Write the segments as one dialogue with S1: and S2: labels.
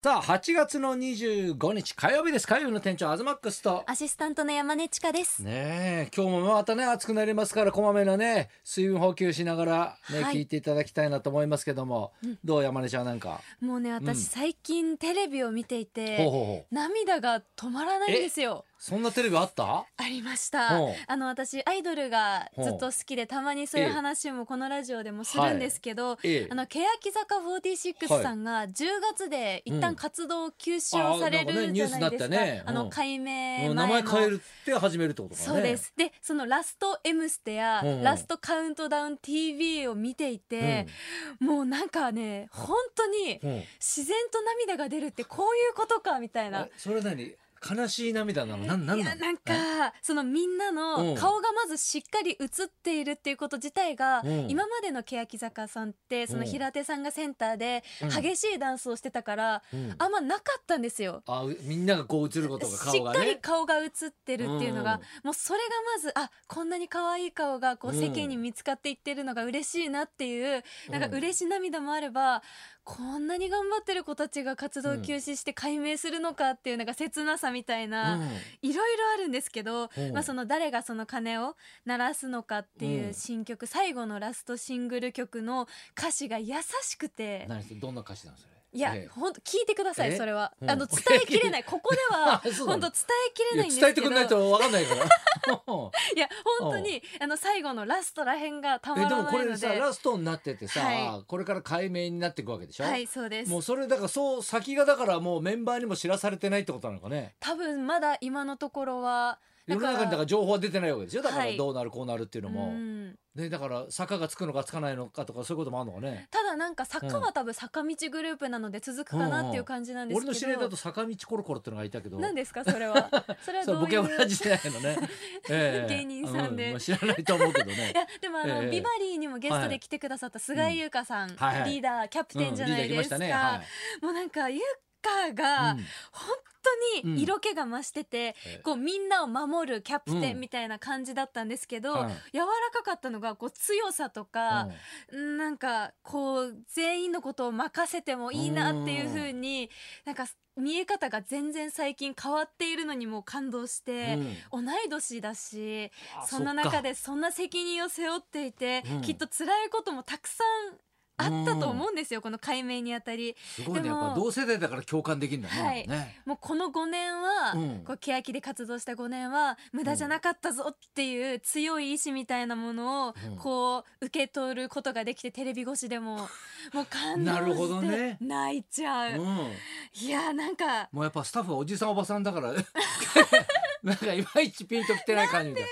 S1: さあ8月の25日火曜日です火曜日の店長アズマックスと
S2: アシスタントの山根千佳です。
S1: ねえ今日もまたね暑くなりますからこまめなね水分補給しながらね、
S2: はい
S1: 聞いていただきたいなと思いますけども、
S2: うん
S1: どう山根ちゃんなんか、
S2: もうね、
S1: うん
S2: 私最近テレビを見ていて、
S1: ほうほうほう
S2: 涙が止まらないんですよ。
S1: そんなテレビあった
S2: ありました
S1: ほう。
S2: あの私アイドルがずっと好きで、たまにそうい
S1: え
S2: う
S1: え
S2: 話もこのラジオでもするんですけど。
S1: ええ
S2: あの欅坂46さんが10月で一
S1: うん
S2: 旦活動休止をされ
S1: あなんかね
S2: る
S1: ニ
S2: じ
S1: ュー
S2: ゃ
S1: ス
S2: な
S1: になっ
S2: いで
S1: た
S2: す
S1: ね
S2: か。あ
S1: うん
S2: の改名
S1: もう
S2: 前
S1: 名
S2: の
S1: 前変えるって始めるってことかね
S2: そうです。で、そのラスト M ステや
S1: うんうん
S2: ラストカウントダウン TV を見ていて、もうなんかね、本当に
S1: うんうん
S2: 自然と涙が出るってこういうことかみたいな
S1: え。それ何悲しい涙なのなんなん
S2: い
S1: な
S2: や
S1: の
S2: なんかそのみんな
S1: うん
S2: の顔がまずしっかり映っているっていうこと自体が
S1: うん
S2: 今までの欅坂さんってその平手さんがセンターで
S1: うん
S2: 激しいダンスをしてたから
S1: うん
S2: あんまなかったんですよ。
S1: あうみんながこう映ることが
S2: し
S1: 顔
S2: っ
S1: が
S2: かり
S1: ね
S2: 顔が映ってるっていうの
S1: うん
S2: がもうそれがまずあこんなに可愛い顔がこう
S1: うん
S2: 世間に見つかっていってるのが嬉しいなっていうなんか嬉し涙もあればこんなに頑張ってる子たちが活動休止して解明するのかっていうなんか切なさみたいないろいろあるんですけど
S1: うん
S2: まあその誰がその鐘を鳴らすのかってい
S1: うん
S2: う新曲最後のラストシングル曲の歌詞が優しくて
S1: 何それどんな歌詞なのそれ
S2: いや
S1: ええ
S2: 本当聞いてくださ
S1: え
S2: いそれは
S1: うん
S2: あの伝えきれないここでは
S1: あそうなの
S2: 本当伝えきれないんですけど
S1: 伝えてくれないとわかんない から。
S2: いや本当にあの最後のラストらへんがた
S1: え
S2: ま
S1: で
S2: ら
S1: も
S2: な
S1: こ
S2: い
S1: れ
S2: の
S1: さ
S2: で
S1: ラストになっててさ、
S2: は
S1: これから解明になっていくわけでしょ。
S2: はいそうです
S1: もうそれだからそう先がだからもうメンバーにも知らされてないってことなのかね。
S2: 多分まだ今のところは
S1: 世の中にだから情報は出てないわけでしょ。だか
S2: は
S1: ら
S2: い
S1: どうなるこうなるっていうのも。
S2: うん
S1: ねだから坂がつくのかつかないのかとかそういうこともあるのかね。
S2: ただなんか坂
S1: う
S2: は多分坂道グループなので続くかなっていう感じなんです
S1: 俺
S2: け
S1: の
S2: ど
S1: 知り合いだと坂道コロコロってのがいたけど。
S2: 何ですかそれ はそれは
S1: そ
S2: ど
S1: れ
S2: う
S1: ボ
S2: い
S1: ケ
S2: う
S1: ブラじゃない のね。ええ
S2: 芸人さんで
S1: うまあ知らないと思うけど
S2: い
S1: ね。
S2: やでもあの、
S1: ええ
S2: ビバリーにもゲストで来てくださった菅井優香さん、
S1: はいはい
S2: リーダーキャプ
S1: うん
S2: テンじゃない
S1: リーダー来まし
S2: ですか、
S1: たね。はい。
S2: もうなんか優香が
S1: うん
S2: 本当に色気が増してて、
S1: ええ
S2: こうみんなを守るキャプテ
S1: うん
S2: ンみたいな感じだったんですけど、
S1: はい
S2: 柔らかかったのがこう強さとか、
S1: うん
S2: なんかこう全員のことを任せてもいいなっていう風になんか見え方が全然最近変わっているのにもう感動して、
S1: うん
S2: 同い年だし
S1: あ
S2: そんな
S1: っか
S2: 中でそんな責任を背負っていて、
S1: うん
S2: きっと辛いこともたくさんあったと思うんですよ、この解明にあたり
S1: すごいね
S2: で
S1: や
S2: も
S1: っぱ同世代だから共感できるんだね,、
S2: はい
S1: ね
S2: もうこの5年は、
S1: うん
S2: こう欅で活動した5年は無駄じゃなかったぞっていう強い意志みたいなものを
S1: うん
S2: こう受け取ることができてテレビ越し でももう感
S1: なるほ
S2: 動
S1: ど
S2: し
S1: ね
S2: て泣いち
S1: うん
S2: ゃう、いやーなんか
S1: もうやっぱスタッフはおじさんおばさんだから なんかいまいちピンときてない感じみたいうん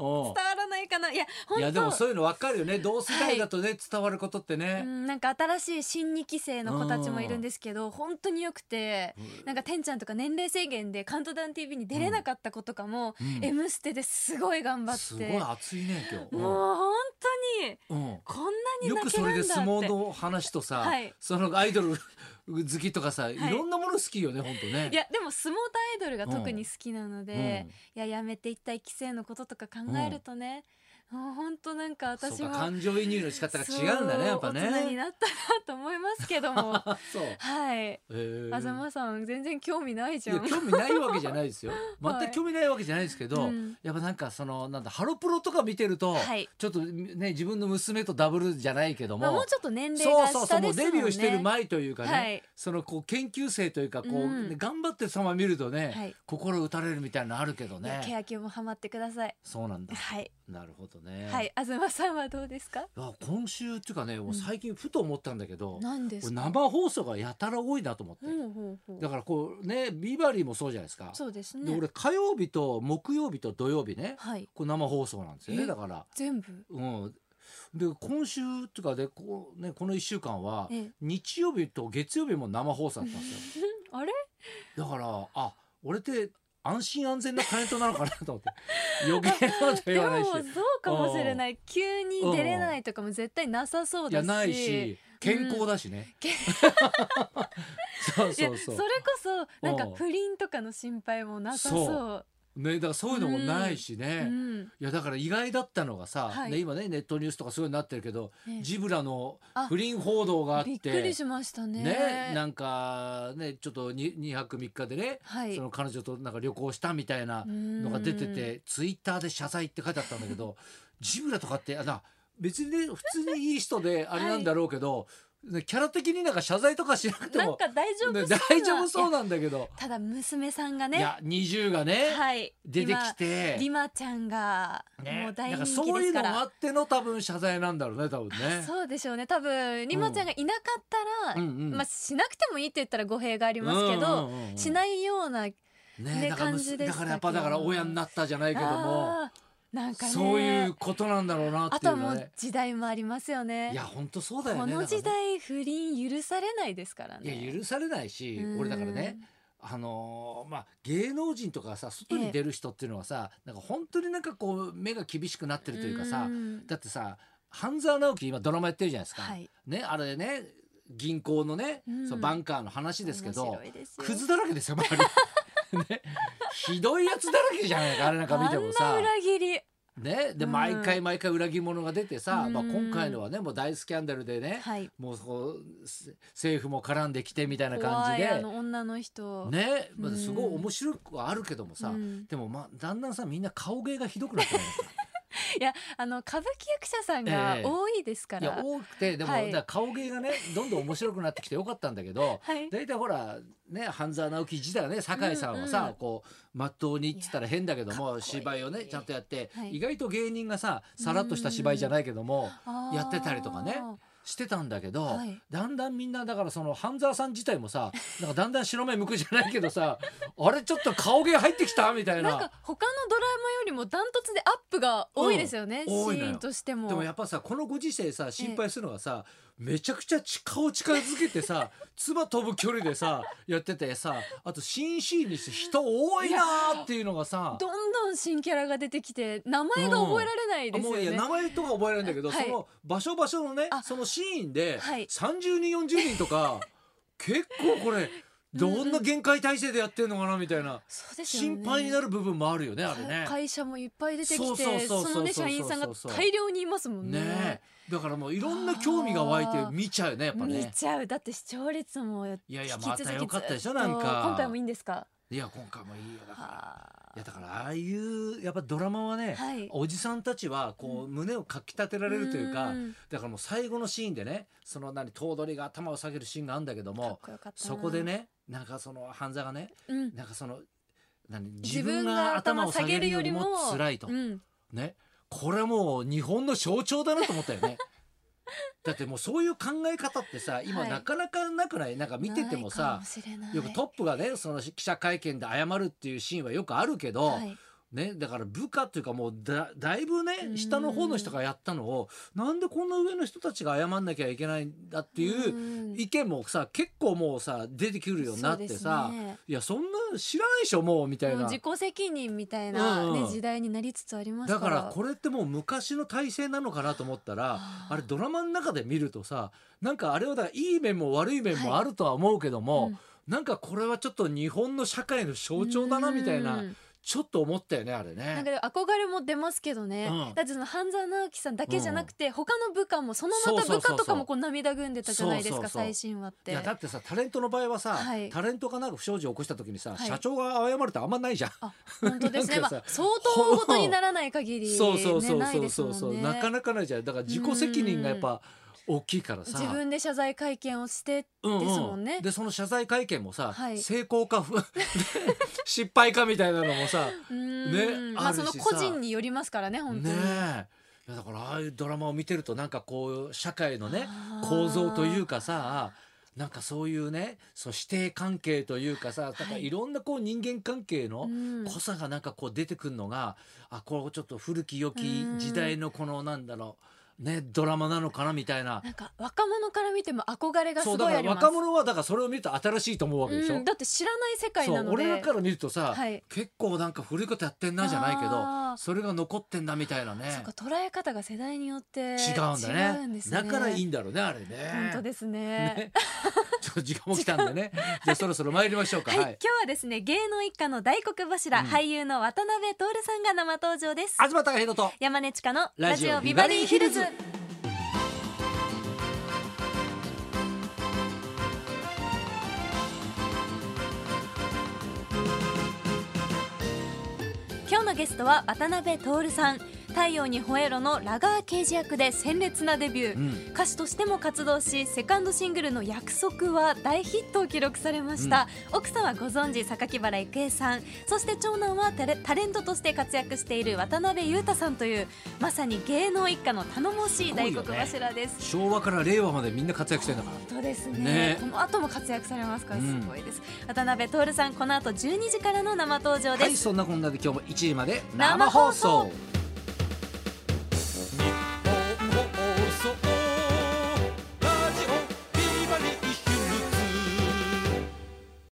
S2: 伝わらないかないや本
S1: い
S2: 当
S1: やでもそういうの分かるよね同世代だとね、伝わることって
S2: う
S1: ね、
S2: んなんか新しい新2期生の子たちもいるんですけど本当によくてなんかてんちゃんとか年齢制限で「カウントダウン t v に出れなかった子とかも
S1: うん
S2: 「M ステ」ですごい頑張
S1: す
S2: っ
S1: ご
S2: て、
S1: い熱いね今日、うん
S2: もう本当に
S1: うん
S2: こんなに
S1: よ
S2: 泣
S1: く
S2: け
S1: それ
S2: る
S1: で
S2: んだって
S1: 相撲の話とさ、
S2: はい
S1: そのアイドル好きとかさ、い、ろんなもの好きよね本当ね
S2: いやでも相撲とアイドルが特に好きなので、いややめていった1期生のこととか考えるとね、もう本当なんか
S1: うん、
S2: 私
S1: そう
S2: も
S1: か感情移入の仕方が違うんだねやっぱね
S2: そう大人になったなと思いますけ ども
S1: そう
S2: はい
S1: えー
S2: あざまさん全然興味ないじ
S1: い
S2: ゃ
S1: や
S2: ん。
S1: 興味ないわけじゃないですよ
S2: はい
S1: 全く興味ないわけじゃないですけど、
S2: うん
S1: やっぱなんかそのなんだハロプロとか見てると、
S2: はい
S1: ちょっとね自分の娘とダブルじゃないけども、
S2: まあ、もうちょっと年齢
S1: そう
S2: が
S1: そうそ
S2: 下
S1: うもう
S2: ですも
S1: デ
S2: んね。
S1: ビューしてる前というかね、
S2: はい
S1: そのこう研究生というかこう、
S2: うん
S1: ね頑張ってる様見るとね、
S2: はい
S1: 心打たれるみたいなのあるけど
S2: いや
S1: ね
S2: 欅もハマってください。
S1: そうなんだ
S2: はい、
S1: なるほどね、
S2: はい、あざまさんはどうですか。
S1: あ今週っていうかねもう最近ふと思ったんだけど、
S2: なんで
S1: 俺
S2: すか。
S1: 生放送がやたら多いなと思って、
S2: ほうほうほう
S1: だからこうねビバリーもそうじゃないですか
S2: そうです
S1: で
S2: ね
S1: 俺。火曜日と木曜日と土曜日ね
S2: はい、
S1: これ生放送なんですよね
S2: え
S1: だから
S2: 全部。
S1: うんで今週っていうかでこう、ね、この1週間は
S2: ええ
S1: 日曜日と月曜日も生放送だったんですよ
S2: あれ。
S1: だからあ俺って安心安全なタレントなのかなと思って 余計なこと言
S2: で
S1: わ
S2: も
S1: ないし
S2: そうかもしれない急に出れないとかも絶対なさそう
S1: い
S2: だ
S1: や
S2: し
S1: ないし健康だしね、
S2: け
S1: そうそ
S2: いや
S1: うそう
S2: それこそなんか
S1: うん
S2: 不倫とかの心配もなさそう
S1: そね、だからそういうのもないし
S2: う
S1: ね、い
S2: ん
S1: やだから意外だったのがさ、
S2: はい
S1: ね、今ねネットニュースとかすごいなってるけど、
S2: ね
S1: ジブラの
S2: あ
S1: 不倫報道があって
S2: びっくりしましたね。
S1: ねなんかねちょっとに2泊3日でね、
S2: はい、
S1: その彼女となんか旅行したみたいなの
S2: の
S1: が出ててツイッターで謝罪って書いてあったんだけどジブラとかってあな別にね普通にいい人 であれなんだろうけど、ねキャラ的になんか謝罪とかしなくて
S2: なん
S1: も、
S2: か大丈夫
S1: ね
S2: そうな
S1: 大丈夫そう
S2: いや
S1: なんだけど、
S2: ただ娘さんが
S1: い
S2: ね
S1: や20がね、
S2: はい
S1: 出てき
S2: 今
S1: て。
S2: リマちゃんが
S1: ね
S2: もう大
S1: だから
S2: 人気ですから
S1: そういうのがあっての多分謝罪なんだろうね多分ね。
S2: そうでしょうね多分リマちゃんがいなかったら、
S1: うんうん
S2: まあ、しなくてもいいって言ったら語弊がありますけど、し
S1: い
S2: ないようなね
S1: だから
S2: 感じでし
S1: だ
S2: たけど
S1: からやっぱだから親になったじゃないけども、
S2: あーなんかね
S1: そういうことなんだろうなっ
S2: あ
S1: て
S2: と
S1: い
S2: は
S1: うの
S2: も
S1: は
S2: う
S1: ね。
S2: 時代もありますよね
S1: いや本当そうだよ
S2: こ
S1: ね。
S2: の時
S1: だか
S2: 代不倫許されないですから
S1: ら
S2: ね
S1: ねいや許されないし、
S2: うん
S1: 俺だからね。あのーまあ芸能人とかさ外に出る人っていうのはさ、なんか本当になんかこう目が厳しくなってるというかさ、
S2: ん
S1: だってさ半沢直樹今ドラマやってるじゃないですか、
S2: はい
S1: ねあれね銀行のね、
S2: うん
S1: そのバンカーの話ですけど
S2: 面白いですよ
S1: クズだらけですよ周り ねひどいやつだらけじゃないかあれなんか見ても
S2: あ
S1: さ
S2: んな裏切り
S1: ねで
S2: うん
S1: 毎回毎回裏切り者が出てさ、
S2: うん
S1: まあ、今回のはねもう大スキャンダルでね、
S2: はい
S1: もうこうせ政府も絡んできてみたいな感
S2: 怖
S1: じ
S2: いあ
S1: で
S2: の女の人
S1: ねま
S2: う
S1: あ
S2: ん
S1: すごい面白くはあるけどもさ、
S2: うん
S1: でもまあだんだんさみんな顔芸がひどくなってないですか
S2: いやあの歌舞伎役者さんが
S1: ええ
S2: 多いですか
S1: いや
S2: ら、
S1: 多くてでも、
S2: はい
S1: だから顔芸がねどんどん面白くなってきてよかったんだけど
S2: はい
S1: 大体ほらね半沢直樹時代はね酒井さんはさ、
S2: うんうん
S1: こうまっとうにって言ったら変だけど
S2: いやかっこ
S1: も
S2: いい
S1: 芝居をねちゃんとやって、
S2: はい
S1: 意外と芸人がささらっとした芝居じゃないけども、
S2: あー
S1: やってたりとかねしてたんだけど、
S2: はい
S1: だんだんみんなだからその半沢さん自体もさ なんかだんだん白目向くじゃないけどさ あれちょっと顔芸入ってきたみたい
S2: なん
S1: な。
S2: か他のドラえもんよりもダントツでアップが多いですよ
S1: う
S2: ね、
S1: ん
S2: シ
S1: 多いのよ
S2: ーンとしても
S1: でもやっぱさこのご時世さ心配するのがさ、めちゃくちゃち顔近づけて さ唾飛ぶ距離でさやっててさあと新シーンにして人多いなーっていうのがさ
S2: どんどん新キャラが出てきて名前が覚えられないです
S1: も
S2: よ
S1: う
S2: ね、
S1: いや名前とか覚えられるんだけど、
S2: はい
S1: その場所場所のね
S2: あ
S1: そのシーンで
S2: はい
S1: 30人40人と か結構これどんな限界体制でやってんのかなみたいな、
S2: そうですよね
S1: 心配になる部分もあるよねあれね。
S2: 会社もいっぱい出てき
S1: そうそ
S2: て
S1: うそうそう
S2: そのね社員さんが大量にいますもんね
S1: ねえだからもういろんな興味が湧いて見ちゃうよねやっぱ
S2: 見
S1: ね。
S2: ちゃうだって視聴率も引
S1: いやい
S2: き
S1: や
S2: 続
S1: ま
S2: きず
S1: た
S2: っ
S1: 良かったでしょ
S2: と
S1: なんか
S2: 今回もいいんですか
S1: いや今回もいいよだから。
S2: はい
S1: やだからああいうやっぱドラマはね、
S2: はい
S1: おじさんたちはこう胸をかきたてられるというか、
S2: ん
S1: だからもう最後のシーンでねその何頭取が頭を下げるシーンがあるんだけど
S2: かっ
S1: も
S2: こよかったな
S1: そこで、ねなんかその半沢がね
S2: うん、
S1: なんかその何
S2: 自分が頭を下げるよりも
S1: 辛いと、
S2: うん
S1: ねこれはもう日本の象徴だなと思ったよ ね。だってもうそういう考え方ってさ今
S2: はい
S1: なかなかなくない、なんか見ててもさよくトップがねその記者会見で謝るっていうシーンはよくあるけど、
S2: はい
S1: ね、だから部下というかもうだだいぶ
S2: う
S1: ね
S2: ん
S1: 下の方の人がやったのをなんでこんな上の人たちが謝んなきゃいけないんだっていう
S2: うん
S1: 意見もさ結構もうさ出てくるようになってさ、
S2: そうですね
S1: いやそんな知らないでしょもうみたい
S2: もう
S1: な
S2: 自己責任みたいな、
S1: うんうん
S2: ね時代になりつつあります
S1: だ
S2: か
S1: かららこれってもう昔の体制なのかなと思ったら
S2: あー
S1: あれドラマの中で見るとさなんかあれはだからいい面も悪い面もあるとは思うけども、
S2: うん
S1: なんかこれはちょっと日本の社会の象徴だなみたいな
S2: うん
S1: ちょっと思ったよねあれ
S2: なん
S1: ね。
S2: かでも憧れも出ますけどね、
S1: うん
S2: だってその半沢直樹さんだけじゃなくて、他の部下もそのまた
S1: そうそ
S2: 部
S1: うそうそ
S2: 下
S1: う
S2: とかもこう涙ぐんでたじゃないですか
S1: そうそうそう
S2: 最新話って
S1: いやだってさタレントの場合はさ、
S2: はい
S1: タレントがなんか不祥事を起こした時にさ、
S2: はい
S1: 社長が謝るってあんまないじゃん。
S2: あ本当ですね、ま
S1: なんか
S2: あ
S1: さ、
S2: 相当大事にならない限り、ね、
S1: そうそうそう
S2: ない
S1: そ
S2: で
S1: う
S2: す
S1: そ
S2: も
S1: うんそう、
S2: ね
S1: なかなかないじゃんだから自己責任がやっぱ大きいからさ。
S2: 自分で謝罪会見をして
S1: うんうん
S2: ですもんね
S1: でその謝罪会見もさ、
S2: はい
S1: 成功か不 失敗かみたいなのもさ
S2: うー
S1: ね
S2: んまあ
S1: あるし
S2: そ
S1: さ
S2: の個人によりますからね本当
S1: ね
S2: に、
S1: えいやだからああいうドラマを見てるとなんかこう社会のね
S2: あー
S1: 構造というかさなんかそういうねそう指定関係というかさだからいろんなこう人間関係の
S2: うん
S1: 濃さがなんかこう出てくるのが、あこうちょっと古き良き時代のこのなんだろうねドラマなのかなみたいな
S2: なんか若者から見ても憧れがす
S1: そうだ
S2: ごい
S1: から
S2: あります
S1: 若者はだからそれを見ると新しいと思うわけでしょ。
S2: うん、だって知らない世界
S1: そ
S2: な
S1: う
S2: ので
S1: 俺らから見るとさ、
S2: はい
S1: 結構なんか古いことやってんなじゃないけど
S2: ああー
S1: それが残ってんだみたいなね
S2: そっか捉え方が世代によっ
S1: 違う
S2: て
S1: んだね
S2: 違うんです
S1: だ
S2: ね
S1: からいいんだろうねあれね
S2: 本当ですね
S1: ねちょっと時間も来たんでねじゃあそろそろ参りましょうか
S2: はい、今日はですね芸能一家の大黒柱、
S1: うん
S2: 俳優の渡辺徹さんが生登場です
S1: 東貴博と
S2: 山根千佳の
S1: ラ
S2: ラ
S1: ジオ
S2: ジオビバリーヒルズ
S1: ビバ
S2: 今日のゲストは渡辺徹さん太陽に吠えろのラガー刑事役で鮮烈なデビュー、
S1: うん
S2: 歌手としても活動しセカンドシングルの「約束」は大ヒットを記録されました、奥さんはご存知榊原郁恵さんそして長男はタレタレントとして活躍している渡辺裕太さんというまさに芸能一家の頼もしい大黒柱です。
S1: 昭和から令和までみんな活躍してるんだから
S2: 本当ですね
S1: ね
S2: この後も活躍されますから
S1: う
S2: す
S1: ん
S2: ごいです、渡辺徹さんこの後12時からの生登場です、
S1: はいそんなこんなで今日も1時まで
S2: 生放送